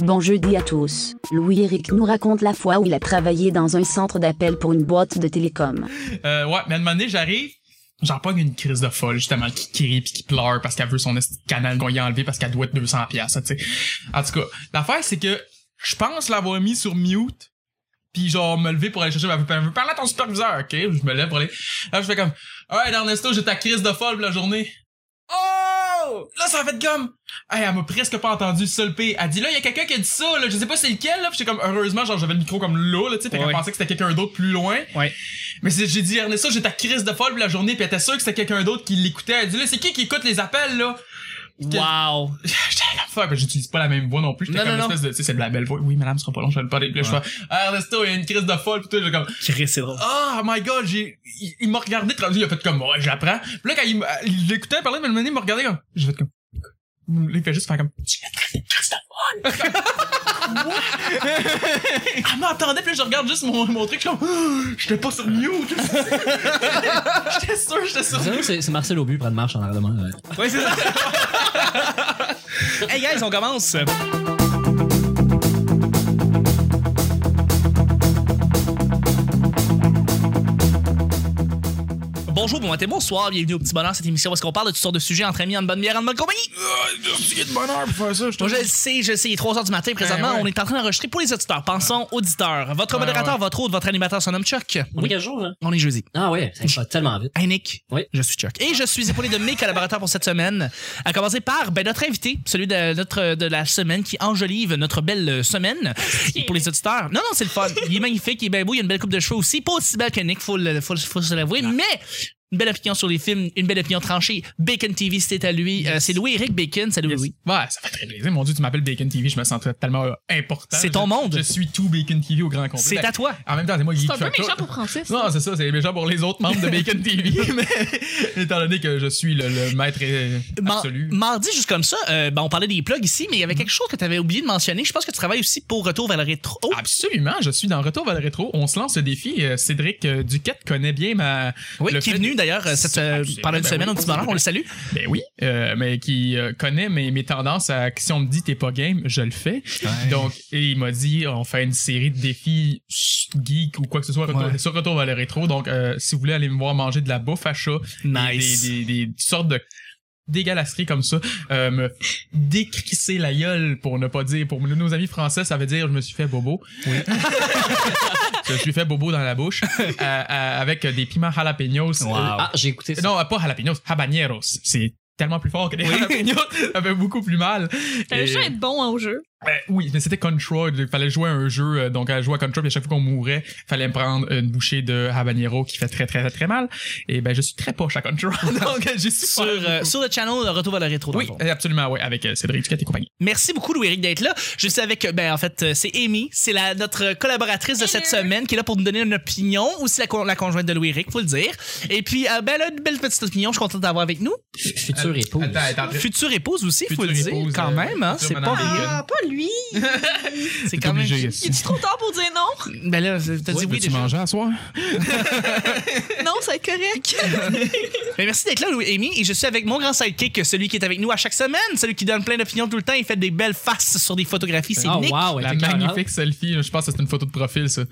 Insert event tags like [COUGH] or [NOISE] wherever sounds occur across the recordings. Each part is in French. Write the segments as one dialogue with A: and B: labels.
A: Bon jeudi à tous. Louis-Éric nous raconte la fois où il a travaillé dans un centre d'appel pour une boîte de télécom.
B: Euh, ouais, mais à un moment donné, j'arrive, j'en pogne une crise de folle, justement, qui crie pis qui pleure parce qu'elle veut son esti de canal qu'on lui a enlevé parce qu'elle doit être 200 pièces, tu sais. En tout cas, l'affaire, c'est que je pense l'avoir mis sur mute puis genre me lever pour aller chercher ma veux parler à ton superviseur, ok? Je me lève pour aller. Là, je fais comme, alright, Ernesto, j'ai ta crise de folle pour la journée. Oh! Là, ça a fait de gomme! Hey, elle m'a presque pas entendu, seul P. Elle dit, là, il y a quelqu'un qui a dit ça, là, je sais pas c'est lequel, là. Puis j'étais comme, heureusement, genre, j'avais le micro comme là, là, tu sais, fait
C: Ouais.
B: qu'elle pensait que c'était quelqu'un d'autre plus loin.
C: Ouais.
B: Mais c'est- j'ai dit, Ernesto, j'ai ta crise de folle pour la journée, puis elle était sûre que c'était quelqu'un d'autre qui l'écoutait. Elle dit, là, c'est qui qui écoute les appels, là? [LAUGHS]
C: Wow.
B: J'étais la fuck, parce que j'utilise pas la même voix non plus. J'étais
C: Non,
B: comme
C: non,
B: une espèce de, tu sais, c'est de la belle voix. Oui, madame, ce sera pas long, je vais le parler. Puis là,
C: Ouais.
B: je fais, Ah, Ernesto, il y a une crise de folle, pis tout, j'ai comme,
C: Chris, c'est drôle.
B: ah, my god, j'ai, il, il m'a regardé traduit, il a fait comme, ouais, j'apprends. Puis là, quand il, m'a- il l'écoutait parler, mais le moment, il m'a regardé comme, j'ai fait comme, Là, il fait juste faire comme, tu l'as traité de crise de folle. [LAUGHS] Quoi? Elle m'entendait, puis là, je regarde juste mon, mon truc, je suis comme, [GASPS] Ah, j'étais pas sur mute. [LAUGHS] j'étais sûr, j'étais sur
D: Vous savez, C'est c'est Marcel Aubu, prend de marche en arrière de moi. ouais.
C: Ouais, c'est ça. [LAUGHS] hey guys, on commence. Bonjour, bon matin, bonsoir, bienvenue au Petit Bonheur, cette émission où est-ce qu'on parle de toutes sortes de sujets entre amis, en bonne bière, en bonne compagnie.
B: J'ai Ah, de bonne heure pour faire ça,
C: Moi, je le sais, je le sais, il est 3 h du matin présentement,
B: Ben ouais.
C: on est en train d'enregistrer pour les auditeurs. Pensons auditeurs. Votre
B: Ouais,
C: modérateur,
B: ouais.
C: votre hôte, votre animateur, son nom Chuck.
D: On est quel jour, là?
C: On est jeudi.
D: Ah ouais, ça va tellement vite.
C: Hey Nick.
D: Oui.
C: Je suis Chuck. Et je suis épaulé de mes collaborateurs pour cette semaine. À commencer par ben, notre invité, celui de, notre, de la semaine qui enjolive notre belle euh, semaine. Et pour les auditeurs, non, non, c'est le fun. Il est magnifique, il est bien beau, il a une belle coupe de cheveux aussi. Pas aussi belle que Nick, faut, le- faut, faut se l'avouer. Mais une belle opinion sur les films, une belle opinion tranchée. Bacon TV, c'était à lui. Euh, c'est Louis-Éric Bacon. Salut
B: Yes.
C: Louis.
B: Ouais, ça fait très plaisir. Mon Dieu, tu m'appelles Bacon TV, je me sens tellement euh, important.
C: C'est ton
B: Je-
C: monde.
B: Je suis tout Bacon TV au grand complet.
C: C'est
B: Ben,
C: à toi.
B: En même temps, c'est moi qui
E: C'est un peu méchant pour Francis.
B: Non, c'est ça, c'est méchant pour les autres membres de Bacon [LAUGHS] TV, mais étant donné que je suis le, le maître euh,
C: Mar-
B: absolu. Mm.
C: Mardi, juste comme ça, euh, ben, on parlait des plugs ici, mais il y avait quelque chose que tu avais oublié de mentionner. Je pense que tu travailles aussi pour Retour vers le rétro.
B: Absolument, je suis dans Retour vers le rétro. On se lance le défi. Euh, Cédric euh, Duquette connaît bien ma.
C: oui,
B: le
C: qui est
B: fait-
C: venu d'ailleurs euh, cette, euh,
B: Absolument,
C: pendant une
B: ben
C: semaine
B: oui.
C: au petit bonheur. On le salue.
B: Ben oui, euh, mais qui euh, connaît mes, mes tendances à que si on me dit t'es pas game, je le fais. Donc, et il m'a dit on fait une série de défis geek ou quoi que ce soit retour-
C: Ouais.
B: sur Retour vers le rétro. Donc, euh, si vous voulez aller me voir manger de la bouffe à chat, des-
C: Nice.
B: des, des, des sortes de dégalasseries comme ça, euh, me décrisser la gueule pour ne pas dire, pour nos amis français, ça veut dire je me suis fait bobo. [LAUGHS] je me suis fait bobo dans la bouche euh, euh, avec des piments jalapenos.
C: Wow.
B: Euh,
D: Ah, j'ai écouté ça.
B: non, euh, pas jalapenos, habaneros. C'est tellement plus fort que des jalapenos. Ça fait beaucoup plus mal.
E: Le
B: Et,
E: jeu est bon hein, au jeu.
B: euh, oui, mais c'était Control. Il fallait jouer à un jeu. euh, Donc, à jouer à Control, puis à chaque fois qu'on mourait, fallait me prendre une bouchée de habanero qui fait très, très, très, très mal. Et ben, je suis très poche à Control. [LAUGHS]
C: [LAUGHS]
B: donc, j'ai su
C: sur, euh, sur le channel euh, Retour vers le rétro. dans
B: Oui,
C: le fond.
B: euh, absolument, oui, avec euh, Cédric Duquette et compagnie.
C: Merci beaucoup Louis-Éric d'être là. Je suis avec euh, ben en fait euh, c'est Amy, c'est la notre collaboratrice de cette
E: Hello.
C: semaine qui est là pour nous donner une opinion aussi la, con- la conjointe de Louis-Éric, faut le dire. Et puis euh, ben là une belle petite opinion, je suis content d'avoir avec nous.
D: Future épouse.
B: euh, Attends, attends, attends.
C: Future épouse aussi, faut
B: Ah, ben. Future
C: le dire
B: épouse,
C: quand
B: euh,
C: même hein,
B: future
C: c'est pas
B: madame.
C: rien.
B: Ah,
E: pas lui.
C: c'est
B: T'es
C: quand même
B: obligé.
E: Il est trop tard pour dire non?
B: [LAUGHS]
C: Ben là, t'as dit oui
B: tu
C: déjà.
B: manger à soir?
E: Non, c'est correct.
C: Mais merci d'être là, Louis Amy. Et je suis avec mon grand sidekick, celui qui est avec nous à chaque semaine, celui qui donne plein d'opinions tout le temps. Il fait des belles faces sur des photographies. C'est
D: Ah,
C: Nick.
D: wow, elle
B: La
D: était carrante.
B: magnifique selfie, je pense que c'est une photo de profil, ça.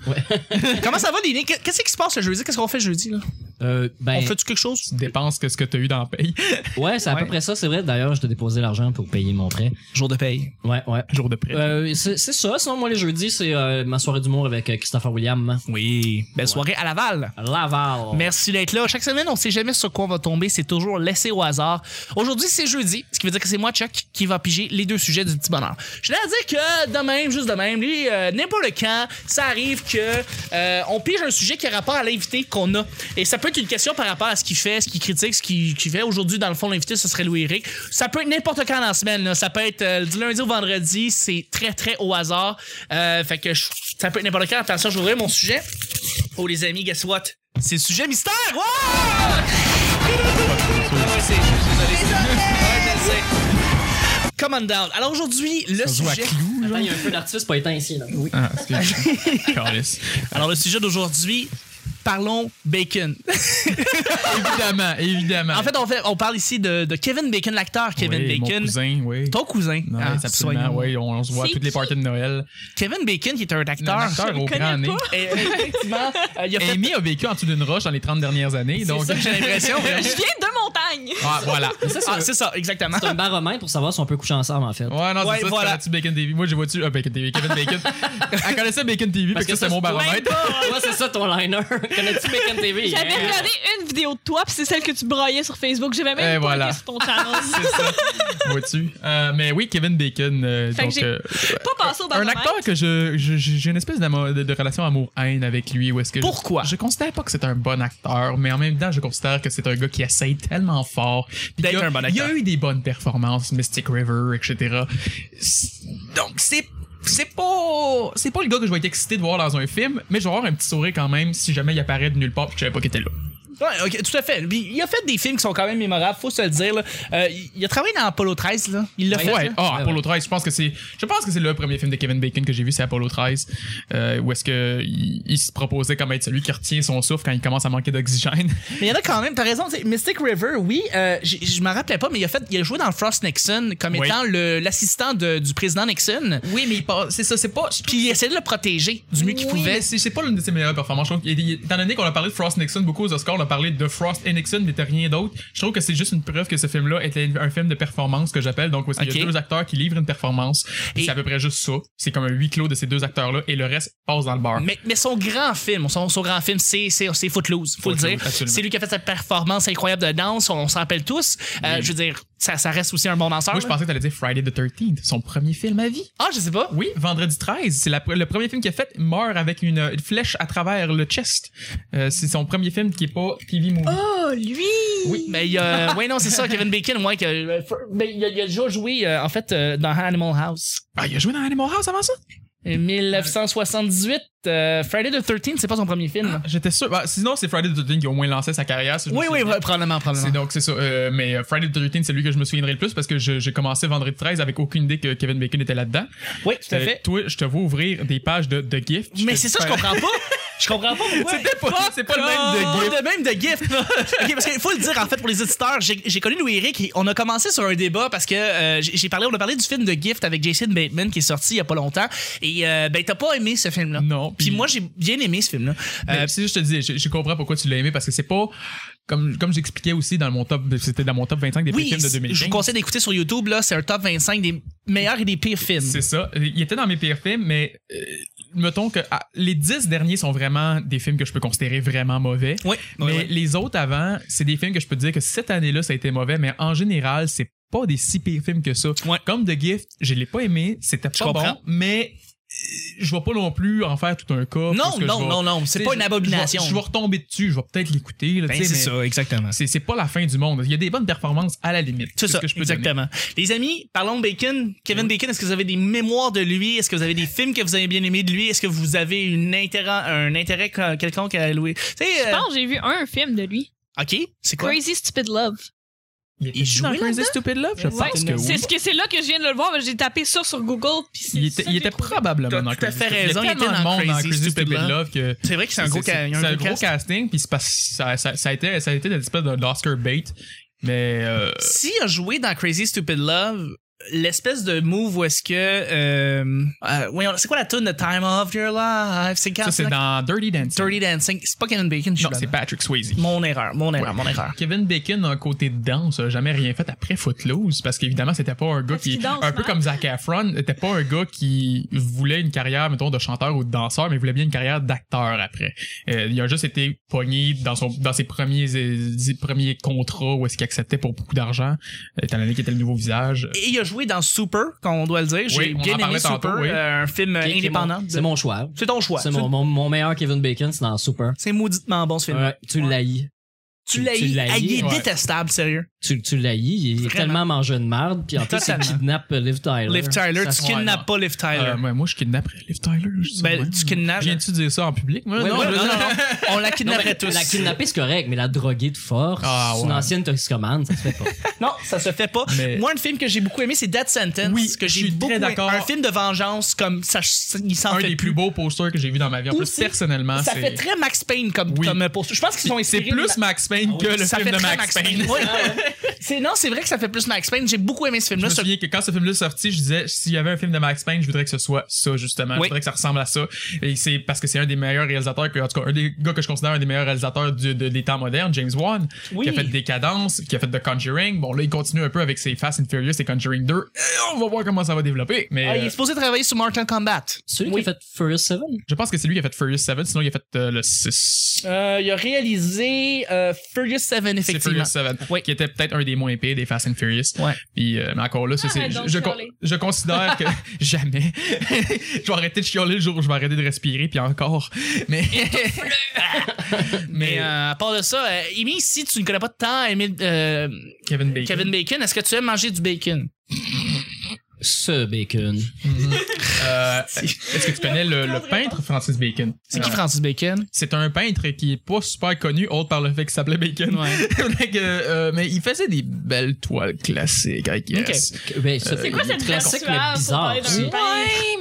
C: Comment ça va, les Nick? Qu'est-ce qui se passe le jeudi? Qu'est-ce qu'on fait jeudi? Là?
D: Euh, ben,
C: On fait-tu quelque chose?
B: Tu dépenses que ce que t'as eu dans la paye.
D: ouais, c'est à
C: Ouais.
D: peu près ça, c'est vrai. D'ailleurs, je dois déposer l'argent pour payer mon prêt.
C: Jour de paye.
D: Ouais, ouais.
B: Jour de prêt.
D: Euh, c'est c'est ça, sinon, moi, les jeudis, c'est euh, ma soirée d'humour avec euh, Christopher William.
C: Oui. Belle soirée à Laval.
D: à Laval.
C: Merci d'être là. Chaque semaine, on sait jamais sur quoi on va tomber. C'est toujours laissé au hasard. Aujourd'hui, c'est jeudi, ce qui veut dire que c'est moi, Chuck, qui va piger les deux sujets du petit bonheur. Je voulais dire que de même, juste de même, lui, euh, n'importe quand, ça arrive que euh, on pige un sujet qui a rapport à l'invité qu'on a. Et ça peut être une question par rapport à ce qu'il fait, ce qu'il critique, ce qu'il qu'il fait. Aujourd'hui, dans le fond, l'invité, ce serait Louis Eric. Ça peut être n'importe quand dans la semaine. là. Ça peut être euh, du lundi au vendredi. C'est très, très au hasard. Euh, fait que je- ça peut être n'importe quand. Attention, j'ouvrirai mon sujet. Oh les amis, guess what? C'est le sujet mystère! Wow! Ouais, c'est- je suis désolé. Ouais, je le sais. Come on down. Alors aujourd'hui, le
B: joue à
C: sujet.
B: clou,
D: Attends,
B: genre.
D: il y [LAUGHS] a un feu d'artifice pas éteint ici, là.
C: [LAUGHS]
B: Ah, excuse. Calisse.
C: Alors le sujet d'aujourd'hui, parlons bacon.
B: évidemment, évidemment.
C: En fait, on, fait, on parle ici de, de Kevin Bacon, l'acteur Kevin
B: Oui,
C: Bacon.
B: Mon cousin, oui.
C: Ton cousin.
B: Non,
C: hein,
B: c'est absolument,
C: soyons-
B: oui, on, on se voit à
E: C'est
B: toutes les
E: qui?
B: parties de Noël.
C: Kevin Bacon, qui est un acteur.
B: Un acteur au
E: connais
B: grand hein. nez.
E: pas.
C: Et- effectivement, euh, il a fait
B: Amy a vécu en dessous d'une roche dans les 30 dernières années, donc.
C: C'est ça que
B: [LAUGHS]
C: j'ai l'impression.
E: Je viens de montagne.
B: Ah, voilà.
C: Ah, c'est ça, exactement.
D: C'est un baromètre pour savoir si on peut coucher ensemble, en fait.
B: Ouais, non,
C: Ouais,
B: c'est ça,
C: voilà.
B: tu Bacon TV. Moi, j'ai vois-tu, ah, Bacon TV, Kevin
C: [LAUGHS]
B: Bacon. Elle connaissait Bacon TV parce que, c'est mon baromètre.
D: Toi, c'est ça ton liner. [LAUGHS] Connais-tu Bacon TV?
E: J'avais
D: Hein?
E: regardé une vidéo de toi, puis c'est celle que tu braillais sur Facebook. J'avais même
B: Eh,
E: pas
B: voilà.
E: été sur
B: [LAUGHS]
E: ton channel.
B: C'est ça. Vois-tu? Euh, mais oui, Kevin Bacon. euh,
E: Fait que
B: donc,
E: j'ai
B: euh,
E: pas passé au
B: un
E: baromètre.
B: acteur que je, je- j'ai une espèce d'amo- de, de relation amour-haine avec lui. Où est-ce que je-
C: Pourquoi?
B: Je, considère pas que c'est un bon acteur, mais en même temps, je considère que c'est un gars qui essaye tellement fort. Puis
C: D'être
B: il y a-
C: un bon
B: Il y a
C: acteur.
B: eu des bonnes performances, Mystic River, etc. C'est- Donc, c'est c'est pas c'est pas le gars que je vais être excité de voir dans un film, mais je vais avoir un petit sourire quand même si jamais il apparaît de nulle part puis que je savais pas qu'il était là.
C: Ouais, ok, tout à fait. Puis, il a fait des films qui sont quand même mémorables, faut se le dire. là. Euh, il a travaillé dans Apollo 13, là. Il l'a
D: Ouais.
C: fait.
B: Ouais,
C: là.
B: ah,
D: Ouais,
B: Apollo 13, je pense que c'est je pense que c'est le premier film de Kevin Bacon que j'ai vu, c'est Apollo 13, euh, où est-ce que il, il se proposait comme être celui qui retient son souffle quand il commence à manquer d'oxygène. [LAUGHS]
C: Mais il y en a quand même, t'as raison. tu sais, Mystic River, oui, euh, j'ai- je m'en rappelais pas, mais il a, fait, il a joué dans Frost Nixon comme
B: Oui.
C: étant le- l'assistant de- du président Nixon.
B: Oui, mais il passe- c'est ça, c'est pas
C: Puis il essayait de le protéger du mieux qu'il
B: Oui,
C: pouvait.
B: mais C'est c'est pas l'une de ses meilleures performances. Je trouve qu'il- il- étant donné qu'on a parlé de Frost Nixon beaucoup aux Oscars, on a parlé de Frost et Nixon, mais t'as rien d'autre. Je trouve que c'est juste une preuve que ce film-là était un film de performance que j'appelle. Donc, où est-ce qu'il y a
C: Ok.
B: deux acteurs qui livrent une performance. Et
C: Et-
B: c'est à peu près juste ça. C'est comme un huis clos de ces deux acteurs-là et le reste passe dans le bar.
C: Mais, mais son grand film, son, son grand film, c'est, c'est, c'est Footloose, faut le
B: Footloose,
C: dire.
B: absolument.
C: C'est lui qui a fait cette performance incroyable de danse, on, s'en rappelle tous. Euh, je veux dire, ça, ça reste aussi un bon danseur.
B: Moi, je
C: là.
B: pensais que t'allais dire Friday the 13th, son premier film à vie.
C: Ah, je sais pas.
B: Oui, Vendredi 13, c'est la- le premier film qu'il a fait, Il meurt avec une, une flèche à travers le chest. Euh, c'est son premier film qui est pas TV movie.
E: Oh, lui!
C: Oui, mais il y a- [LAUGHS] ouais, non, c'est ça, Kevin Bacon, ouais, que, euh, fr- mais il a, il a déjà joué, euh, en fait, euh, dans Animal House.
B: Ah, il a joué dans Animal House avant ça?
C: Et 1978, euh, Friday the 13 c'est pas son premier film.
B: J'étais sûr. Bah, sinon, c'est Friday the 13 qui a au moins lancé sa carrière. si je me
C: oui, oui,
B: souviens.
C: ouais, probablement,
B: C'est
C: probablement.
B: donc, c'est ça. euh, mais euh, Friday the 13 c'est lui que je me souviendrai le plus parce que je- j'ai commencé vendredi 13 avec aucune idée que Kevin Bacon était là-dedans.
C: Oui, tout à
B: Euh,
C: fait.
B: Toi, je te vois ouvrir des pages de, de GIF.
C: Mais c'est ça, je comprends pas. Je comprends pas pourquoi.
B: C'était pas- [LAUGHS] c'est pas le même de
C: Pas le même de GIF.
B: [LAUGHS]
C: Ok, parce qu'il faut le dire, en fait, pour les auditeurs, j'ai j'ai connu Louis-Éric et on a commencé sur un débat parce que euh, j'ai j'ai parlé, on a parlé du film de Gift avec Jason Bateman qui est sorti il y a pas longtemps. Et euh, ben, t'as pas aimé ce film-là.
B: Non.
C: Puis moi, j'ai bien aimé ce film-là. Euh,
B: Euh, si je te dis, je, je comprends pourquoi tu l'as aimé parce que c'est pas comme comme j'expliquais aussi dans mon top, c'était dans mon top 25 des pires
C: oui,
B: films de 2015.
C: je vous conseille d'écouter sur YouTube, là, c'est un top 25 des meilleurs et des pires films.
B: C'est ça. Il était dans mes pires films, mais euh, mettons que ah, les dix derniers sont vraiment des films que je peux considérer vraiment mauvais.
C: Oui,
B: mais
C: mais
B: les autres avant, c'est des films que je peux te dire que cette année-là, ça a été mauvais, mais en général, c'est pas des si pires films que ça.
C: Ouais.
B: Comme The Gift, je l'ai pas aimé, c'était
C: Je
B: pas bon,
C: comprends.
B: mais euh, je vais pas non plus en faire tout un cas.
C: Non,
B: parce que je
C: non,
B: vais-
C: non, non, c'est
B: tu sais,
C: pas une
B: je- je vais-
C: abomination.
B: Je, vais retomber dessus, je vais peut-être l'écouter. là,
C: Ben,
B: tu sais,
C: c'est
B: mais
C: ça, exactement.
B: C'est, c'est pas la fin du monde. Il y a des bonnes performances à la limite.
C: C'est ça,
B: ce que je peux donner.
C: exactement. Les amis, parlons de Bacon. Kevin Bacon, est-ce que vous avez des mémoires de lui? Est-ce que vous avez des films que vous avez bien aimés de lui? Est-ce que vous avez une intérêt, un intérêt que- quelconque à Louis? Tu sais,
E: Je
C: euh,
E: pense que j'ai vu un film de lui.
C: OK, c'est quoi?
E: Crazy Stupid Love.
B: Il était
C: Il
B: dans
C: jouait
B: Crazy Stupid Love, je
E: Ouais,
B: pense que oui.
E: C'est ce que c'est là que je viens de le voir. J'ai tapé ça sur Google. Puis c'est
B: Il était,
E: ça
B: il
E: que
B: était
E: j'ai trouvé.
B: probablement
C: T'as
B: dans
C: tout à
B: Crazy
C: fait
B: Stupid Love.
C: raison,
B: Il y a
C: il était
B: tellement de
C: dans
B: monde dans
C: Crazy
B: Crazy
C: Stupid
B: Stupid
C: Love.
B: Love que
C: C'est vrai que c'est un gros, ca-
B: c'est
C: un
B: un
C: gros
B: gros
C: cast.
B: casting puis c'est parce- ça, ça, ça a été ça a été une espèce de- d'Oscar bait mais euh,
C: S'il a joué dans Crazy Stupid Love, l'espèce de move où est-ce que... euh, euh, voyons, c'est quoi la tune de Time of Your Life? C'est quand?
B: ça c'est dans Dirty Dancing
C: Dirty Dancing. C'est pas Kevin Bacon, je
B: non
C: suis
B: c'est
C: là-dedans.
B: Patrick Swayze
C: Mon erreur, mon erreur, Ah, mon erreur.
B: Kevin Bacon a un côté de danse a jamais rien fait après Footloose parce qu'évidemment c'était pas un gars
E: Parce
B: qui
E: qu'il danse
B: un peu
E: mal.
B: comme Zac Efron était pas un gars qui voulait une carrière mettons de chanteur ou de danseur mais il voulait bien une carrière d'acteur après Euh, il a juste été pogné dans son dans ses premiers euh, ses premiers contrats où est-ce qu'il acceptait pour beaucoup d'argent euh, étant donné qu'il était le nouveau visage
C: Et il a joué dans Super, qu'on doit le dire. J'ai
B: Oui, on
C: bien
B: en
C: aimé
B: parlait
C: Super,
B: tantôt, oui.
C: euh, un film euh,
B: Qui- qui est
C: indépendant. de-
D: C'est mon choix.
C: C'est ton choix.
D: C'est mon, mon, mon meilleur Kevin Bacon, c'est dans Super. Euh,
C: C'est mauditement bon ce film.
D: Ouais, tu l'haïs.
C: Tu
D: Tu-
C: l'as
D: tu
C: il
D: l'haïs,
C: est
B: ouais.
C: détestable, sérieux.
D: Tu, tu l'as il est
C: Vraiment.
D: tellement mangé de merde, puis en plus, il
C: Totalement.
D: kidnappe euh, Liv Tyler.
C: Liv Tyler,
D: Ça-
C: tu kidnappes
B: non.
C: pas Liv Tyler.
B: Euh, ouais, moi, je kidnapperais Liv Tyler. je sais
C: ben,
B: pas.
C: tu kidnappes.
B: Viens-tu dire ça en public? moi?
D: Ouais,
B: non,
D: ouais,
B: je-
C: non, non, non. On la
D: Non, mais
C: kidnapperait tous.
D: La [LAUGHS] kidnapper, c'est correct, mais la droguer de force,
B: Ah,
D: c'est une
B: ouais.
D: ancienne toxicomane, ça se fait pas. [LAUGHS]
C: Non, ça se fait pas.
B: Mais-
C: Moi, un film que j'ai beaucoup aimé, c'est Death Sentence.
B: Oui,
C: que
B: je
C: j'ai
B: suis
C: beaucoup
B: très d'accord.
C: aimé. Un film de vengeance, comme ça, il s'en
B: un
C: fait
B: des plus beaux posters que j'ai vu dans ma vie. En plus,
C: Aussi,
B: personnellement,
C: Ça
B: c'est-
C: fait très Max Payne comme,
B: Oui.
C: comme pour. Je pense qu'ils sont
B: c'est
C: inspirés. de
B: plus
C: Ma-
B: Max Payne que le
C: ça
B: film
C: fait
B: de
C: très
B: Max Payne.
C: Ouais, ouais. C'est- non, c'est vrai que ça fait plus Max Payne. J'ai beaucoup aimé ce
B: Je
C: film-là.
B: me
C: Ce-
B: souviens que quand ce film-là est sorti, je disais, s'il y avait un film de Max Payne, je voudrais que ce soit ça, justement.
C: Oui.
B: Je voudrais que ça ressemble à ça. Et c'est parce que c'est un des meilleurs réalisateurs que, en tout cas, un des gars que je considère un des meilleurs réalisateurs du- de- des temps modernes, James Wan,
C: Oui.
B: qui a fait Décadence, qui a fait The Conjuring. Bon, là, il continue un peu avec ses Fast and Furious et Conjuring 2. Et on va voir comment ça va développer. Mais,
C: Ah, il
B: euh,
C: est supposé travailler sur Mortal Kombat.
D: Celui
C: Oui.
D: qui a fait Furious 7?
B: je pense que c'est lui qui a fait Furious 7, sinon il a fait euh, le 6.
C: Euh, il a réalisé euh, Furious 7,
B: C'est
C: effectivement.
B: Furious 7,
C: Oui.
B: qui était peut-être un des moins épais des Fast and Furious.
C: Ouais.
B: Puis, euh, mais encore là, ça, c'est,
E: Arrête
B: je,
E: donc
B: je,
E: de
B: con-
E: chialer.
B: je considère que [LAUGHS] jamais. je vais arrêter de chialer le jour où je vais arrêter de respirer, puis encore. [LAUGHS]
C: [LAUGHS]
B: Mais.
C: Mais
B: mais euh,
C: euh, à part de ça, euh, Amy, si tu ne connais pas tant Amy, euh,
B: Kevin Bacon.
C: Kevin Bacon, est-ce que tu aimes manger du bacon?
D: Ce bacon.
B: Euh, est-ce que tu connais le, le peintre Francis Bacon?
C: C'est qui
B: Euh,
C: Francis Bacon?
B: C'est un peintre qui est pas super connu, autre par le fait qu'il s'appelait Bacon.
C: Ouais.
B: Fait que, euh, [LAUGHS] mais il faisait des belles toiles classiques, I guess.
D: Ben,
C: Euh,
D: ça-
E: C'est quoi
D: il est
E: cette
D: classique,
E: classique
D: mais bizarre. aussi.
B: Ouais,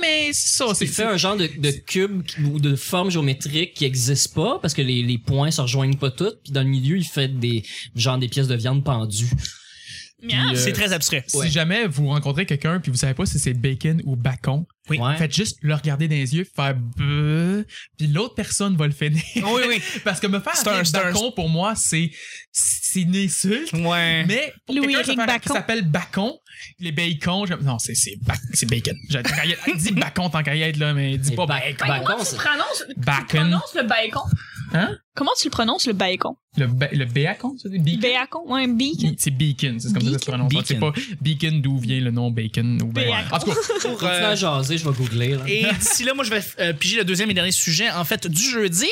B: mais c'est ça.
D: Il fait un genre de, de cube qui- ou de forme géométrique qui existe pas parce que les, les points se rejoignent pas toutes. Puis dans le milieu, il fait des genre des pièces de viande pendues.
E: hein?
B: Puis, euh,
C: C'est très abstrait.
B: Si
D: Ouais.
B: jamais vous rencontrez quelqu'un puis vous savez pas si c'est bacon ou bacon,
C: Oui.
D: Ouais.
B: faites juste le regarder dans les yeux, faire bleu, puis l'autre personne va le finir.
C: [LAUGHS]
B: [LAUGHS]
C: Oui, oui.
B: Parce que me faire
C: C'est un-
B: appeler
C: c'est un-
B: bacon pour moi, c'est c'est une insulte.
C: Ouais.
B: Mais pour
E: Louis
B: quelqu'un
E: Eric
B: qui s'appelle- qui
E: Bacon.
B: s'appelle Bacon, les bacons, j'aime- non, c'est c'est bac- c'est bacon. J'ai- tant qu'à y être- Dis bacon tant qu'à y être, là, mais dis
D: Et
B: pas
D: bac-
B: bacon.
D: bac-
E: Comment tu
D: c'est-
E: prononces,
B: Bacon.
E: tu prononces le bacon?
B: Hein?
E: Comment tu le prononces, le bacon?
B: Le, ba- le bacon, ça dit bacon?
E: Bacon? Ben, Ouais,
C: Mm.
E: bacon.
B: C'est bacon, c'est comme ça que ça se prononce.
D: Beacon.
B: C'est pas bacon d'où vient le nom bacon ou bacon.
E: Bacon.
B: En tout cas,
C: Pour,
D: Continue
C: euh,
D: à jaser, je vais googler. Là.
B: [LAUGHS]
C: Et d'ici là, moi, je vais euh, piger le deuxième et dernier sujet, en fait, du jeudi.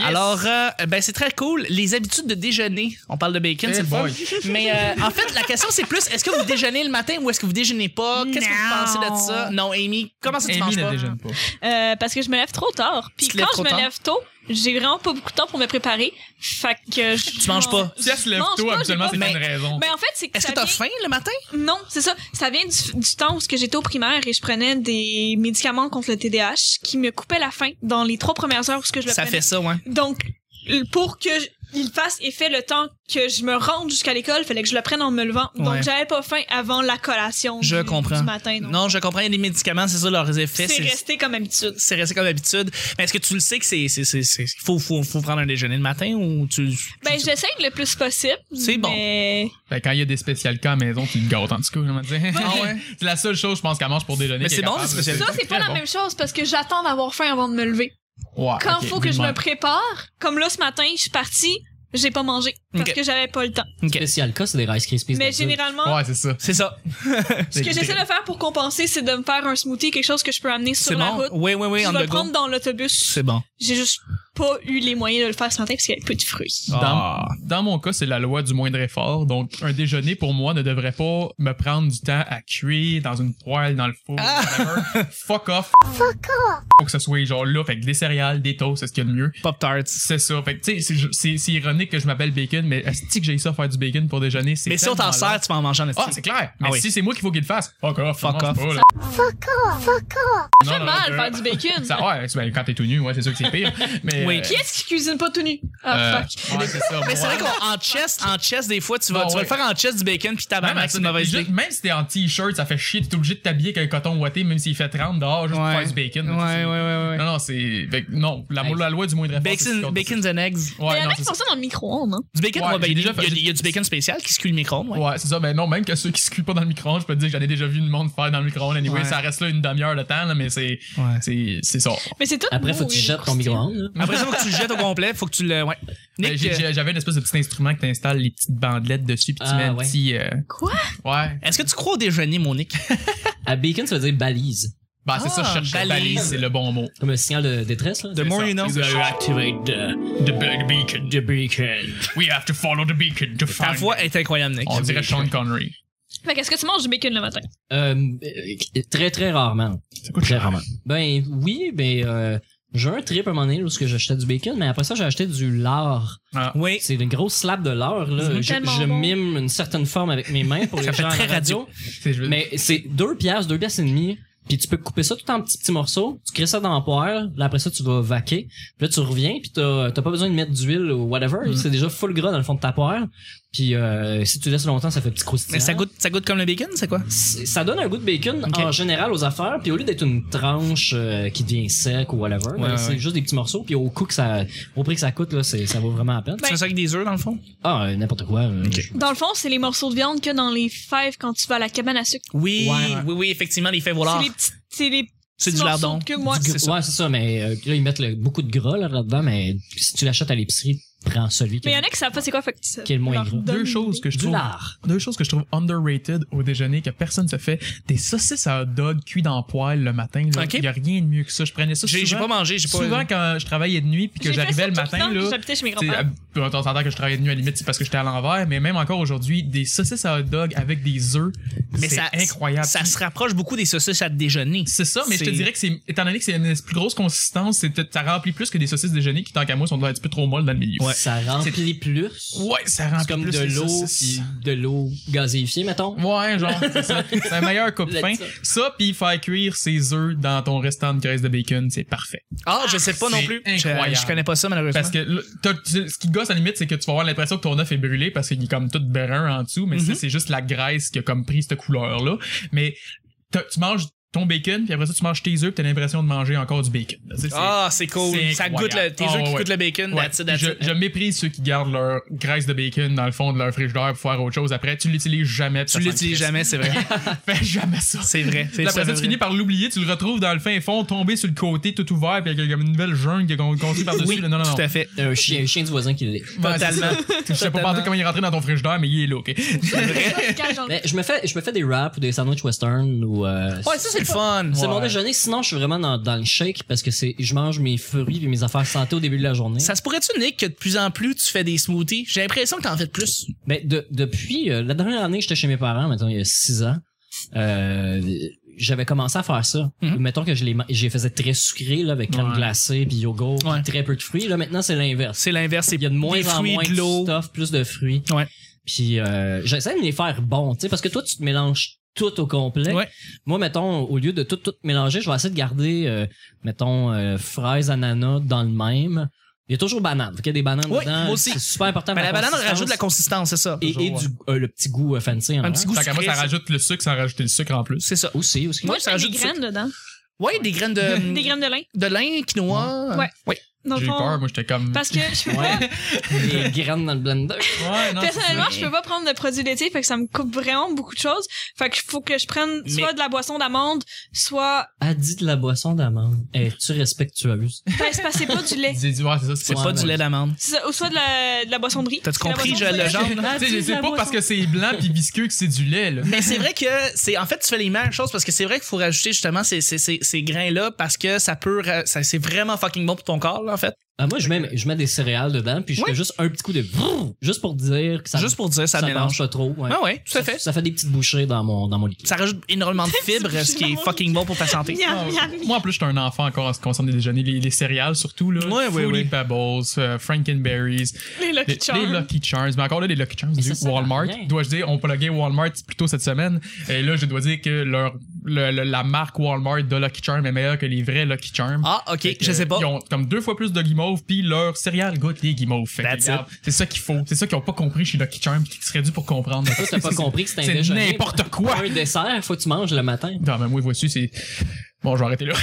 C: Alors, euh, ben, c'est très cool. Les habitudes de déjeuner. On parle de bacon,
B: Eh
C: c'est le fun.
B: boy.
C: Mais euh, en fait, la question, c'est plus est-ce que vous déjeunez le matin ou est-ce que vous déjeunez pas Qu'est-ce que vous pensez
E: Non.
C: de ça Non, Amy, comment ça tu
B: Amy
C: manges
B: ne
C: pas
B: déjeune pas.
E: Euh, parce que je me lève trop tard. Puis
C: Tu te lèves
E: quand je
C: trop
E: me
C: tard?
E: lève tôt, j'ai vraiment pas beaucoup de temps pour me préparer. Fait que
C: [LAUGHS]
E: je
C: Tu manges pas.
B: Si elle se lève
E: mange
B: tôt,
E: pas, j'ai
B: habituellement,
E: pas- Ben,
B: c'est
E: Mais-
B: une raison.
E: Mais en fait, c'est que
C: Est-ce
E: ça
C: que t'as
E: vient-
C: faim le matin
E: Non, c'est ça. Ça vient du, du temps où ce que j'étais au primaire et je prenais des médicaments contre le TDAH qui me coupaient la faim dans les trois premières heures où ce que je le
C: Ça
E: prenais.
C: fait ça, ouais.
E: Donc, pour que je- il fasse effet le temps que je me rende jusqu'à l'école, fallait que je le prenne en me levant. Donc,
C: Ouais.
E: j'avais pas faim avant la collation
C: Je
E: du,
C: comprends.
E: du matin. donc.
C: Non, je comprends, il y a des médicaments, c'est ça leurs effets.
E: c'est resté comme habitude.
C: C'est resté comme habitude. Mais est-ce que tu le sais que c'est. c'est- c'est- c'est- faut, faut, faut prendre un déjeuner le matin ou tu.
E: Ben, j'essaye le plus possible.
C: C'est bon.
E: mais-
B: Fait que Ben, quand il y a des spécial cas à la maison, tu le gâtes en tout cas. je vais te dire.
C: Ah ouais?
B: [LAUGHS] C'est la seule chose, je pense, qu'elle mange pour déjeuner.
C: Mais
B: qu'elle
C: c'est
B: est
C: bon,
B: capable,
C: les spécial
E: Ça, c'est pas
B: très
E: la
B: bon.
E: même chose parce que j'attends d'avoir faim avant de me lever.
B: Ouais,
E: Quand
B: ok,
E: faut que
B: oui,
E: je
B: man.
E: me prépare, comme là ce matin, je suis partie, j'ai pas mangé parce
C: Ok.
E: que j'avais pas le temps.
C: Ok.
D: Spécial cas, c'est des Rice Krispies.
E: Mais
D: d'habitude.
E: généralement,
B: Ouais, c'est ça.
C: C'est ça.
E: ce que j'essaie de faire pour compenser, c'est de me faire un smoothie, quelque chose que je peux amener
C: C'est
E: sur la
C: bon.
E: route.
C: Oui, oui, oui,
E: je
C: on
E: vais
C: the
E: le prendre
C: go.
E: dans l'autobus.
C: C'est bon.
E: J'ai juste pas eu les moyens de le faire ce matin parce qu'il y avait peu de fruits.
B: Dans,
C: Ah.
B: dans mon cas, c'est la loi du moindre effort. Donc, un déjeuner pour moi ne devrait pas me prendre du temps à cuire dans une poêle, dans le four,
C: Ah. [LAUGHS]
B: whatever. Fuck off. Fuck off. Faut que ce soit genre là, fait que des céréales, des toasts, c'est ce qu'il y a de mieux.
C: Pop Tarts.
B: C'est ça. Fait que, tu sais, c'est- c'est- c'est ironique que je m'appelle bacon, mais est-ce que j'ai ça faire du bacon pour déjeuner? c'est
C: Mais si on t'en
B: tellement long.
C: sert, tu vas en manger en
B: Ah,
C: esti.
B: c'est clair. Mais
C: Ah oui.
B: si c'est moi qu'il faut qu'il le fasse, fuck off.
C: Fuck
B: non,
C: off.
B: c'est pas, là.
E: Ça
B: Non,
E: fait
B: non,
E: mal
B: non,
E: faire
B: non.
E: du bacon.
B: Ça, ouais, c'est- ben, quand t'es tout nu, ouais, c'est sûr que c'est
C: [LAUGHS]
B: pire. Mais,
C: Oui.
B: euh,
E: Qui est-ce qui cuisine pas tout nu?
B: euh,
E: Ah, fuck.
B: ouais, c'est ça.
C: Mais c'est vrai
B: Moi,
C: qu'en chest, en chest, des fois, tu vas,
B: Ah
C: tu vas
B: ouais.
C: le faire en chest du bacon puis
B: même,
C: tabarnak,
B: à
C: c'est une mauvaise
B: juste-
C: idée.
B: même si t'es en t-shirt, ça fait chier, t'es obligé de t'habiller avec un coton ouaté, même s'il fait 30 dehors, juste pour faire du bacon.
C: Ouais, ouais, ouais, ouais.
B: Non, non, c'est. fait que Non, la,
D: Hey.
B: la loi du moindre effort. c'est ce
C: Bacon,
B: qu'on dit.
C: bacon and eggs.
E: Mais
B: Ouais,
E: il y en
B: non,
E: a qui
B: c'est ça.
E: font ça dans le micro-ondes, hein?
C: Du bacon,
B: Ouais,
C: ouais, ben,
B: j'ai
C: il y,
B: déjà
C: a-
B: fait-
C: il y a- il y a du bacon spécial qui se cuit le micro-ondes, ouais.
B: Ouais, c'est ça. Mais non, même que ceux qui se cuisent pas dans le micro-ondes, je peux te dire que j'en ai déjà vu le monde faire dans le micro-ondes. Anyway,
C: Ouais.
B: ça reste là une demi-heure de temps, là, mais c'est.
C: Ouais.
B: C'est c'est ça.
E: Mais c'est tout.
D: Après,
E: mou
D: faut que tu
E: et
D: jettes ton
E: croustillant.
D: micro-ondes. là.
C: Après ça, faut que tu le jettes au complet, faut que tu le. Ouais.
B: Ben,
C: Nick, euh,
B: j'ai- j'ai- J'avais une espèce de petit instrument que t'installes les petites bandelettes dessus, puis tu
D: Ah,
B: mets un
D: ouais.
B: petit. euh,
E: Quoi?
B: Ouais.
C: euh, est-ce que tu crois au déjeuner, mon Nick?
D: À bacon, ça veut dire balise.
B: Bah, c'est ça,
C: Ah,
B: je cherche
C: balise.
B: balise, c'est le bon mot.
D: Comme le signal de détresse, là.
C: The more
B: ça.
C: you know.
B: Vous allez activer the, the be- beacon.
D: The beacon.
B: We have to follow the beacon to find
C: Ta voix est incroyable, Nick.
B: On dirait Sean Connery.
E: Fait qu'est-ce que tu manges du bacon le matin?
D: Euh, euh, très, très rarement.
B: Ça coûte
D: Très
B: cher.
D: rarement. Ben oui, ben euh, j'ai eu un trip à un moment donné où est-ce que j'achetais du bacon, mais après ça, j'ai acheté du lard.
B: Ah.
C: Oui.
D: C'est une grosse slab de lard,
E: C'est
D: là. Je,
E: tellement
D: je
E: bon.
D: mime une certaine forme avec mes mains pour
C: Ça
D: les
C: fait
D: gens à la
C: très radio.
D: radio.
B: C'est- je veux-
D: Mais c'est deux piastres, deux piastres et demi. Puis tu peux couper ça tout en petits, petits morceaux. Tu crées ça dans la poêle. Là, après ça, tu vas vaquer. Puis là, tu reviens. Puis t'as t'as pas besoin de mettre d'huile ou whatever.
C: Mm.
B: Mhm.
D: C'est déjà full gras dans le fond de ta poêle. Puis euh, si tu laisses longtemps, ça fait petit croustillant.
C: Mais ça goûte, ça goûte comme le bacon, c'est quoi?
D: C'est- Ça donne un goût de bacon
C: Ok.
D: en général aux affaires. Puis au lieu d'être une tranche euh, qui devient sec ou whatever, ben,
B: ouais.
D: c'est juste des petits morceaux. Puis au coût que ça, au prix que ça coûte, là, c'est- ça vaut vraiment la peine.
C: Tu fais ça avec des œufs, dans le fond?
D: Ah, euh, n'importe quoi. euh,
C: Ben- Ok.
E: Dans le fond, c'est les morceaux de viande que dans les fèves quand tu vas à la cabane à sucre.
C: Oui,
D: Ouais.
C: oui, oui, effectivement, les fèves au lard.
E: C'est les petits. C'est les
C: C'est
E: petits
C: du
E: morceaux
C: lardon.
E: de queue, moi.
D: Du
C: c'est
D: gr-
C: ça.
D: Ouais, c'est ça, mais euh, là, ils mettent le- beaucoup de gras là, là-dedans, mais si tu l'achètes à l'épicerie, prends celui qui
E: Mais il y
D: est,
E: en a qui savent pas c'est quoi, fait que ça
D: qui est le moins
E: leur
D: gras.
E: donne
B: deux
E: une
B: choses
E: idée.
B: que je
D: Du
B: trouve
D: lard.
B: deux choses que je trouve underrated au déjeuner que personne se fait des saucisses à hot dog cuits dans le poêle le matin là.
C: Ok.
B: il y a rien de mieux que ça je prenais ça
C: J'ai j'ai pas
B: souvent,
C: mangé, j'ai pas.
B: souvent quand je travaillais de nuit puis que
E: J'ai fait
B: j'arrivais
E: ça
B: le
E: tout temps
B: matin
E: que
B: là
E: J'habitais chez mes
B: t'sais,
E: grands-parents.
B: à- on s'entend que je travaillais de nuit à la limite c'est parce que j'étais à l'envers mais même encore aujourd'hui des saucisses à hot dog avec des œufs
C: Mais
B: c'est
C: ça-
B: incroyable
C: Ça se rapproche beaucoup des saucisses à déjeuner.
B: c'est ça, mais je te
C: c'est-
B: dirais que c'est, étant donné que c'est une plus grosse consistance, c'est, peut-être- ça remplit plus que des saucisses déjeuner qui, tant qu'à moi, sont un petit peu trop molles dans le milieu.
D: Ça remplit plus.
B: Ouais, ça Mm. remplit
D: C'est comme
B: plus
D: de
B: les
D: l'eau,
B: saucisses.
D: puis de l'eau gazéifiée, mettons.
B: Ouais, genre, c'est ça. C'est un meilleur coupe fin.
D: Là-dessus.
B: Ça, puis faire cuire ses œufs dans ton restant de graisse de bacon, c'est parfait.
C: Ah, je sais pas non
B: c'est
C: plus.
B: incroyable.
C: Je, je connais pas ça, malheureusement.
B: Parce que là, t'as- tu- ce qui gosse à la limite, c'est que tu vas avoir l'impression que ton œuf est brûlé parce qu'il est comme tout brun en dessous, mais
C: Mhm.
B: c'est- c'est juste la graisse qui a comme pris cette couleur-là. Mais t'as- tu manges ton bacon, puis après ça, tu manges tes œufs, puis t'as l'impression de manger encore du bacon. Tu sais, c'est-
C: Ah, c'est cool.
B: c'est
C: Ça goûte le,
B: incroyable.
C: tes
B: Ah,
C: œufs qui
B: ouais.
C: goûtent le bacon,
B: Ouais,
C: that's it, that's
B: je,
C: it.
B: je méprise ceux qui gardent leur graisse de bacon dans le fond de leur frigidaire pour faire autre chose après. Tu l'utilises jamais. puis ça
C: Tu
B: sent le
C: l'utilises
B: crisp.
C: jamais, [LAUGHS] c'est vrai.
B: [LAUGHS] Fais jamais ça.
C: C'est vrai. C'est
B: Puis après ça,
C: ça, c'est
B: tu
C: vrai.
B: finis par l'oublier, tu le retrouves dans le fin fond, tombé sur le côté, tout ouvert, puis il y a comme une nouvelle jungle qui est con- construite par-dessus.
C: Oui,
B: là. non, non, non.
C: tout à fait.
D: Un chien, un chien du voisin qui
B: Ouais,
D: l'est.
B: c'est
C: Totalement.
B: ça. Je sais pas
C: Totalement.
B: partout comment il est rentré dans ton frigidaire, mais il est là, ok?
E: Tu caches dans le-
D: Mais je me fais, je me fais des wraps ou des sandwichs western ou. euh,
C: Ouais, ça, c'est le fun.
D: c'est
C: Ouais.
D: mon déjeuner. Sinon, je suis vraiment dans, dans le shake parce que c'est, je mange mes fruits et mes affaires santé au début de la journée.
C: Ça se pourrait-tu, Nick, que de plus en plus tu fais des smoothies? J'ai l'impression que t'en fais de plus.
D: Ben, de- depuis euh, la dernière année que j'étais chez mes parents, mettons, il y a six ans, euh, j'avais commencé à faire ça.
C: Mhm.
D: Mettons que je les, ma- je les faisais très sucrés, là, avec crème
B: Ouais.
D: glacée, puis yogourt, puis
C: Ouais.
D: très peu de fruits. Là, maintenant, c'est l'inverse.
C: C'est l'inverse. C'est
D: Il y a de moins
C: des
D: en
C: fruits,
D: moins
C: de l'eau.
D: stuff, plus de fruits.
C: Ouais.
D: Puis euh, j'essaie de les faire bons, tu sais, parce que toi, tu te mélanges tout au complet.
C: Ouais.
D: Moi, mettons, au lieu de tout, tout mélanger, je vais essayer de garder, euh, mettons, euh, fraises, ananas dans le même. Il y a toujours banane. Il y a des bananes
C: Oui,
D: dedans.
C: moi aussi.
D: C'est super important.
C: Mais Ben, la banane
D: consistance
C: rajoute de la consistance, c'est ça.
D: et, et
B: Toujours,
D: du, euh, le petit goût euh, fancy en
C: Un petit goût
B: Tant qu'à moi,
C: sucré.
B: ça
C: c'est-
B: rajoute le sucre sans rajouter le sucre en plus.
C: C'est ça. [LAUGHS]
D: aussi aussi
E: Moi,
C: ça
E: je mets
C: rajoute
E: des
C: du sucre.
E: graines dedans.
C: Ouais, des graines de.
D: [LAUGHS]
E: Des graines de lin.
C: de lin, quinoa.
E: Ouais. Dans
B: J'ai eu
E: le
B: peur,
E: fond.
B: moi, j'étais comme.
E: Parce que
C: [LAUGHS]
E: je peux pas.
D: ouais les graines dans le blender
B: Ouais, non, c'est ça.
E: [LAUGHS] Personnellement, je peux pas prendre de produits laitiers, fait que ça me coupe vraiment beaucoup de choses. Fait que faut que je prenne soit
C: Mais-
E: de la boisson d'amande, soit.
D: a dit de la boisson d'amande es-tu respectueuse
E: Ben, c'est pas- c'est pas du
C: [LAUGHS]
E: lait.
B: J'ai dit, ouais, c'est ça, c'est
C: C'est
D: Ouais,
B: pas
C: pas du
D: mais-
C: lait d'amande.
E: C'est ça, Ou soit de la, de la boisson de riz.
C: T'as-tu
E: Parce que la
C: compris,
E: boisson
C: je-
E: de
C: le
E: riz- [LAUGHS]
C: genre?
D: Ah,
B: Tu sais,
D: dis
B: je-
D: de
B: c'est
D: la
B: pas
D: boisson.
B: parce que c'est blanc puis visqueux que c'est du lait, là.
C: Mais c'est vrai que c'est en fait tu fais les mêmes choses parce que c'est vrai qu'il faut rajouter justement ces, ces, ces, ces grains là parce que ça peut ra- ça, c'est vraiment fucking bon pour ton corps là, en fait
D: ah, moi je mets je mets des céréales dedans puis je
C: Ouais.
D: fais juste un petit coup de brrr, juste pour dire que ça
C: juste pour dire ça,
D: ça,
C: mélange.
D: mélange pas trop ouais.
C: Ah ouais, tout à fait.
D: ça fait des petites bouchées dans mon dans mon liquide
C: Ça rajoute énormément de fibres ce qui est fucking bon pour ta santé.
D: Ah,
E: Miam, miam, miam.
B: Moi, en plus, j'étais un enfant encore en ce qui concerne les déjeuners. Les, les céréales, surtout, là.
C: Ouais, ouais,
B: Fruity
C: ouais.
B: Pebbles, euh, Frankenberries, Les,
E: Les Lucky
B: les
E: Charms.
B: Lucky Charms. Mais encore là, les Lucky Charms
D: Mais
B: du
D: ça sert à
B: Walmart.
D: rien.
B: Dois-je dire, on pluguait Walmart plus tôt cette semaine. Et là, je dois dire que leur, le- le- la marque Walmart de Lucky Charms est meilleure que les vrais Lucky Charms.
C: Ah OK,
B: Fait que,
C: je sais pas.
B: Ils ont comme deux fois plus de guimauves, puis leur céréales goûtent les guimauves. Fait que,
C: That's it.
B: regarde, C'est ça qu'il faut. C'est ça qu'ils ont pas compris chez Lucky Charms, qui serait dû pour comprendre.
D: toi
C: [LAUGHS]
D: t'as pas compris que c'était un
B: [LAUGHS] C'est
D: déjeuner
B: n'importe quoi.
D: un dessert faut que tu manges le matin
B: Non, mais moi, voici, c'est. Bon, je vais arrêter là.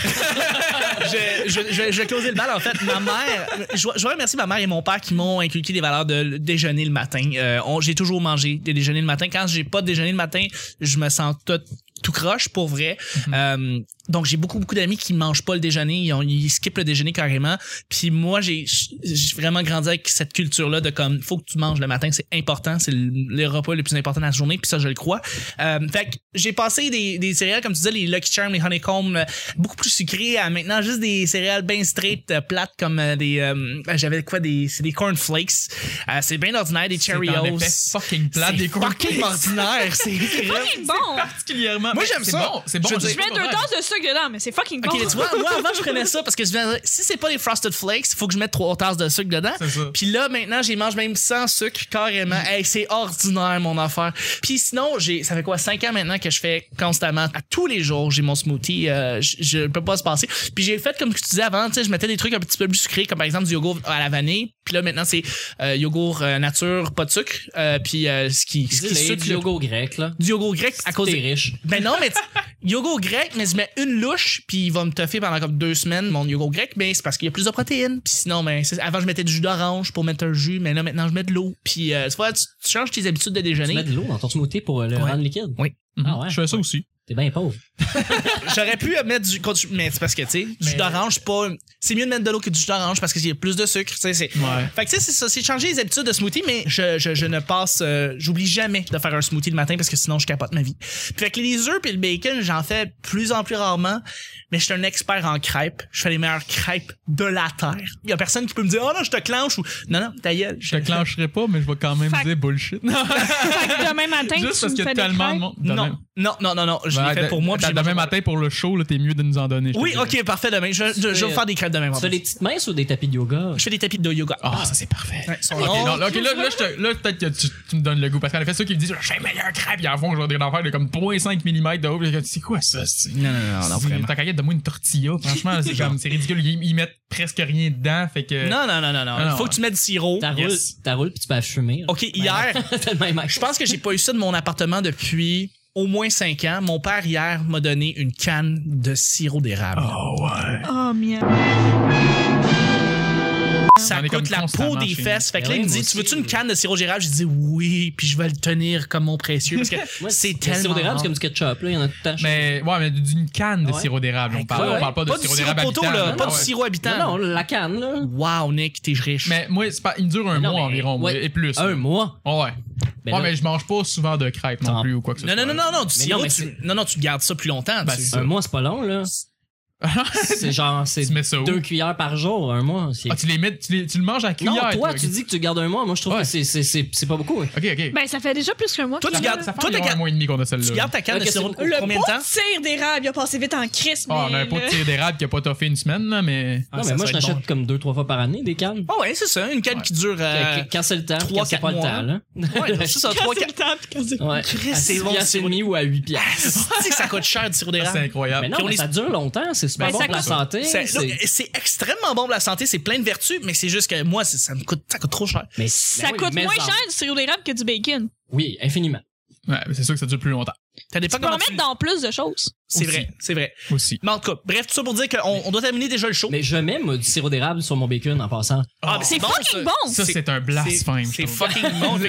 C: je, je, je, je vais closer le bal en fait. Ma mère, je, je remercie ma mère et mon père qui m'ont inculqué des valeurs de l- déjeuner le matin. Euh, on- j'ai toujours mangé des
B: Mm-hmm.
C: déjeuners le matin. Quand j'ai pas déjeuné le matin, je me sens tout, tout croche pour vrai. Euh, Donc, j'ai beaucoup, beaucoup d'amis qui mangent pas le déjeuner. Ils, ont- ils skippent le déjeuner carrément. Puis moi, j'ai j'ai vraiment grandi avec cette culture-là de comme, faut que tu manges le matin. C'est important. C'est le, le repas le plus important de la journée. Puis ça, je le crois. Euh, fait que j'ai passé des, des céréales, comme tu disais, les Lucky Charms, les Honeycomb, euh, beaucoup plus sucrées à maintenant juste des céréales bien straight, euh, plates, comme euh, des... euh, J'avais quoi? Des, c'est des cornflakes. Euh, c'est bien ordinaire, des
B: C'est en
C: Cheerios.
B: effet fucking plat
C: C'est
B: des [LAUGHS] cornflakes.
C: fucking
B: [LAUGHS]
C: ordinaire. C'est
E: C'est
C: vrai.
E: fucking bon!
B: particulièrement.
C: Moi,
B: Mais
C: j'aime
B: c'est
C: ça.
B: bon, c'est bon.
C: Je veux
B: je
C: dire-
E: Je
B: sais
E: mets
B: pas
E: deux
B: vrai.
E: tasses de sucre dedans, mais c'est fucking bon!
C: Ok, tu vois, moi avant je prenais ça parce que je me disais, si c'est pas les frosted flakes, faut que je mette trois tasses de sucre dedans.
B: C'est ça.
C: Puis là maintenant, j'y mange même sans sucre carrément. Hey, c'est ordinaire mon affaire. Puis sinon, j'ai ça fait quoi 5 ans maintenant que je fais constamment à tous les jours, j'ai mon smoothie, euh, je- je peux pas se passer. Puis j'ai fait comme tu disais avant, tu sais, je mettais des trucs un petit peu plus sucrés comme par exemple du yogourt à la vanille. Puis là maintenant c'est euh, yogourt euh, nature, pas de sucre. Euh, puis euh, ce qui ce qui
D: C'est
C: sucre
D: du
C: le-
D: logo grec, là.
C: du yogourt grec à
D: Si
C: cause
D: t'es
C: des
D: riche.
C: ben non, mais tu- yogourt grec, mais je mets une louche, puis il va me toffer pendant comme deux semaines, mon yogourt grec, mais c'est parce qu'il y a plus de protéines. Puis sinon, ben, c'est- avant, je mettais du jus d'orange pour mettre un jus, mais là, maintenant, je mets de l'eau. Puis euh, tu vois, tu, tu changes tes habitudes de
D: Tu mets
C: déjeuner.
D: de l'eau dans ton smoothie pour euh, le
C: Ouais.
D: rendre liquide.
C: Oui.
D: Ah ouais.
B: Je fais ça aussi.
D: T'es bien pauvre.
C: J'aurais pu euh, mettre du. continu- Mais c'est parce que, tu sais, du
B: Mais-
C: jus d'orange, c'est pas. C'est mieux de mettre de l'eau que du jus d'orange parce qu'il y a plus de sucre, tu sais. c'est-
B: Ouais.
C: Fait que, tu sais, c'est ça, c'est changer les habitudes de smoothie, mais je, je, je ne passe. euh, J'oublie jamais de faire un smoothie le matin parce que sinon, je capote ma vie. Fait que les œufs puis le bacon, j'en fais de plus en plus rarement, mais je suis un expert en crêpes. Je fais les meilleures crêpes de la terre. Il y a personne qui peut me dire, oh non, je te clenche ou. Non, non, ta gueule.
B: Je te clencherai pas, mais je vais quand même
E: Fact.
B: dire bullshit.
E: Fait que demain matin,
B: Juste
E: tu
B: parce
E: me
B: qu'il y
E: fais
B: a
E: des
B: tellement de
E: crêpes.
B: monde.
C: Non, non, non, non, non, je
B: Ben,
C: l'ai fait pour moi. puis
B: t'as-
C: j'ai
B: Demain
C: mangé-
B: matin pour le show, là, t'es mieux de nous en donner. je te
C: Oui,
B: dirais.
C: ok, parfait, demain. Je, je, je vais vous faire des crêpes demain. moi.
D: Tu fais des petites minces ou des tapis de yoga?
C: Je fais des tapis de yoga.
B: Ah, ça c'est parfait.
C: Ouais, Oh, ils sont
B: Ok,
C: longs.
B: non, là, ok, là, là, je te- là, peut-être que tu, tu me donnes le goût. Parce qu'en effet, ceux qui me disent je fais le meilleur crêpe, ils en font genre des affaires de comme 0.5 mm de haut. puis je dis, C'est quoi ça? c'est-
C: Non, non, non, non,
B: C'est-
C: vraiment.
B: T'as qu'à y être de moi une tortilla. Franchement,
C: [LAUGHS]
B: c'est comme, c'est ridicule. Ils, ils mettent presque rien dedans. Fait que.
C: Non, non, non, non, non.
B: Ah, non,
C: Il faut
B: ouais.
C: que tu mettes du sirop.
D: T'as roule,
C: Yes.
D: t'as roule puis tu peux la fumer.
C: OK, hier,
D: [LAUGHS]
C: je pense que j'ai pas eu ça de mon appartement depuis au moins 5 ans. Mon père, hier, m'a donné une canne de sirop d'érable.
B: Oh, ouais.
E: Oh, mien.
C: ça
B: On est
C: coûte
B: comme
C: la peau
B: constamment
C: des
B: chez nous.
C: fesses. Fait que
D: Ben
C: là, il
D: oui,
C: me
D: moi
C: dit, tu veux-tu
D: aussi.
C: une canne de sirop d'érable? Je dis oui, puis je vais le tenir comme mon précieux.
D: [LAUGHS]
C: Parce que c'est
D: Le
C: tellement...
D: sirop d'érable,
C: bon.
D: c'est comme du ketchup, là. Il y en a tout le temps.
B: Mais, ouais, mais d'une canne de
D: Ouais.
B: sirop d'érable. On parle,
D: ouais.
B: on parle pas de
C: pas du
B: sirop d'érable.
C: poteau,
B: habitant,
C: là.
B: non,
C: Pas du
B: ouais.
C: sirop habitant.
D: Non, non, la canne, là.
C: Wow, Nick, t'es riche.
B: Mais moi, c'est pas, il me dure un
D: Mais non,
B: mois
D: mais-
B: environ, moi,
D: ouais.
B: et plus.
D: Un mois.
B: Ouais. ouais,
D: Ben là-
B: mais je mange pas souvent de crêpes non
D: T'en-
B: plus ou quoi que ce
C: non,
B: soit.
C: non, non, non, non, du
D: Mais
C: sirop,
D: non, mais
C: tu... non, non, tu le gardes ça plus longtemps.
B: Ben,
C: tu-
B: c'est-
D: Un mois, c'est pas long, là. C'est genre, c'est
B: Tu mets ça où?
D: deux cuillères par jour, un mois. c'est-
B: Ah, tu les mets, tu, les- tu le manges à
D: non,
B: cuillère.
D: toi,
B: ok.
D: tu dis que tu gardes un mois. Moi, je trouve
B: Ouais.
D: que c'est- c'est- c'est c'est pas beaucoup. hein.
B: Ok, ok.
E: Ben, ça fait déjà plus qu'un mois.
C: Toi,
E: que
C: tu
E: je
C: gardes-
E: fais
B: ça
E: ça.
B: fait
C: toi,
B: environ
C: t'as-
B: un mois et demi qu'on a
C: Tu
B: celle-là.
C: gardes ta canne
D: Ok,
C: de
D: c'est
C: sirop
D: beaucoup.
C: pour combien de temps?
E: Tire d'érable, il a passé vite en crise,
B: Ah, on a
E: mais
B: un pot de
E: là-
B: tir d'érable qui a pas toffé une semaine, là, mais.
C: Ah,
D: non,
C: ça,
D: mais moi,
C: ça
D: je
C: va être
D: t'achète
C: bon.
D: comme deux, trois fois par année des cannes.
C: Ah ouais, c'est ça, une canne
B: Ouais.
C: qui dure. euh,
D: Quand- Quand c'est le temps,
C: trois,
D: quand c'est
C: quatre
D: pas le
C: mois.
D: temps, là. [LAUGHS]
C: Ouais, c'est ça,
E: Quand
C: 3
E: c'est le temps, puis quand c'est-
D: Ouais.
C: Christ,
D: À
C: c'est
D: 6
C: bon,
D: piastres
C: c'est
D: et demi ou à 8 piastres.
C: Tu sais que ça coûte cher du sirop
B: Ah, C'est
C: d'érable.
B: incroyable.
D: Mais non,
C: Puis on
D: mais
C: est-
D: ça dure longtemps, c'est super
E: Ben,
D: bon
E: ça
D: pour la
E: coûte-
D: santé.
C: C'est-
D: c'est-
C: là, C'est extrêmement bon pour la santé, c'est plein de vertus, mais c'est juste que moi, c'est- ça me coûte, ça coûte trop cher.
D: Mais
E: Ça
D: ben oui,
E: coûte
D: mais
E: moins
D: ça-
E: cher du sirop d'érable que du bacon.
D: Oui, infiniment.
B: Ouais, mais c'est sûr que ça dure plus longtemps.
C: Ça dépend
E: Tu peux en
C: comment tu-
E: mettre dans plus de choses.
C: C'est
B: aussi.
C: vrai, c'est vrai.
B: Aussi.
C: Mais en tout cas, bref, tout ça pour dire qu'on on doit terminer déjà le show.
D: Mais je mets moi, du sirop d'érable sur mon bacon en passant.
C: Ah, mais
E: C'est
C: bon, ça.
E: fucking bon!
B: Ça,
C: C'est-
B: c'est un blasphème.
C: C'est
B: je trouve.
C: fucking bon.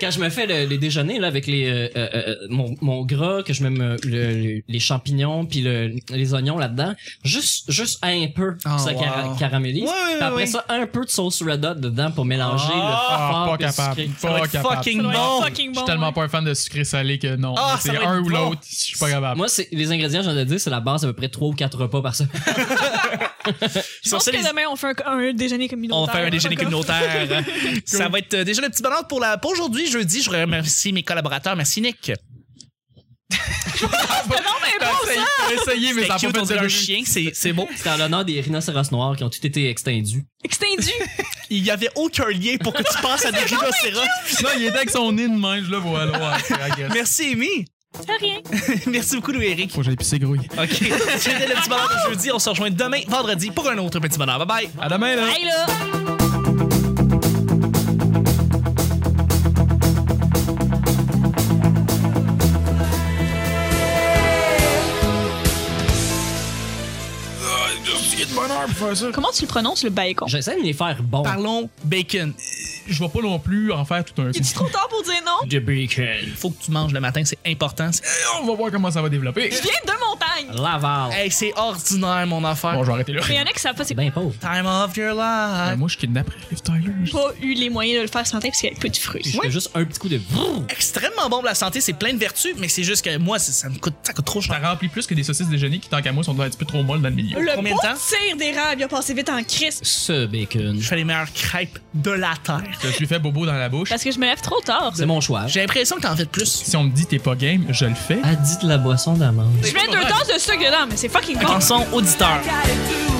D: Quand je me fais le- les déjeuners là avec les euh, euh, euh, mon, mon gras que je mets me- le- le- les champignons puis le- les oignons là-dedans, juste juste un peu
C: Oh,
D: ça
C: wow.
D: cara- caramélise.
C: Ouais, ouais,
D: Puis après
C: ouais.
D: ça un peu de sauce red hot dedans pour mélanger le
B: Ah,
D: fort
B: pas capable.
C: Ça va
B: Pas
C: être
B: capable.
C: fucking
E: Ça doit être
C: bon.
E: fucking
B: Je
E: bon,
B: suis tellement
E: ouais.
B: pas un fan de sucré salé que non.
C: Ah, ça
B: c'est
C: va être
B: un ou
C: bon.
B: l'autre. Je suis pas capable.
D: Moi c'est les ingrédients j'en ai dit, c'est la base à peu près 3 ou 4 repas par semaine. [LAUGHS]
E: Je
C: Sur
E: pense
C: ça,
E: que
C: les-
E: demain, on fait un, un déjeuner communautaire.
C: On va faire un déjeuner
E: Comme-
C: communautaire. ça va être euh, déjà le petit bonheur pour, la... pour aujourd'hui, jeudi. Je remercie mes collaborateurs. Merci, Nick.
E: Non, mais
C: Euh,
E: bon,
B: T'as essayé- t'as essayé, mais
C: C'était
B: ça a
C: cute,
B: pas
C: on
B: fait
C: dirait
B: de
C: un chien. C'est c'est beau.
D: C'est en l'honneur des rhinocéros noirs qui ont tous été extinguis.
E: extendu.
C: Il y avait aucun lien pour que tu passes à des rhinocéros.
B: Non, il était avec son nez de main, je le vois, là. Ouais, c'est agressif.
C: Merci, Amy.
E: C'est rien.
C: Merci beaucoup, Louis-Éric.
B: Faut que j'aille pisser grouille.
C: [LAUGHS] OK. C'était le petit bonheur de jeudi. On se rejoint demain, vendredi, pour un autre petit bonheur. Bye bye.
B: À demain, là.
E: Hey,
C: Ah,
E: là! Comment tu le prononces, le bacon?
D: J'essaie de les faire bons.
C: Parlons bacon.
B: je vais pas non plus en faire tout un.
E: est trop tard pour dire non?
D: De bacon.
C: Faut que tu manges le matin, c'est important. C'est-
B: On va voir comment ça va développer.
E: Je viens de montagne!
D: Laval.
C: Hey, c'est ordinaire, mon affaire.
B: Bon, je vais arrêter là.
E: Mais il y en a qui savent pas, c'est
D: Ben pauvre.
C: Time of your life.
B: Ben, moi, je kidnappe Liv Tyler.
E: pas eu les moyens de le faire ce matin parce qu'il y avait peu de fruits.
D: Je fais juste un petit coup de brrr.
C: Extrêmement bon pour la santé, c'est plein de vertus, mais c'est juste que moi, c'est- ça me coûte, ça coûte trop
B: Ça
C: cher.
B: remplit plus que des saucisses déjeuner qui, tant qu'à moi, sont un petit peu trop molles dans le milieu.
E: Le
C: Combien de
E: beau
C: temps?
E: tir d'érable, il a passé vite en crise.
D: ce bacon.
C: Je fais les meilleures crêpes de la terre.
B: Je lui fais bobo dans la bouche.
E: Parce que je me lève trop tard.
D: C'est mon choix.
C: J'ai l'impression que t'en fais plus.
B: Si on me dit t'es pas game, je le fais.
D: Elle dit de Ah, la boisson d'amande.
C: Ah!
E: Je mets deux tasses de sucre dedans, mais c'est fucking bon.
C: Chanson auditeur.
F: gotta do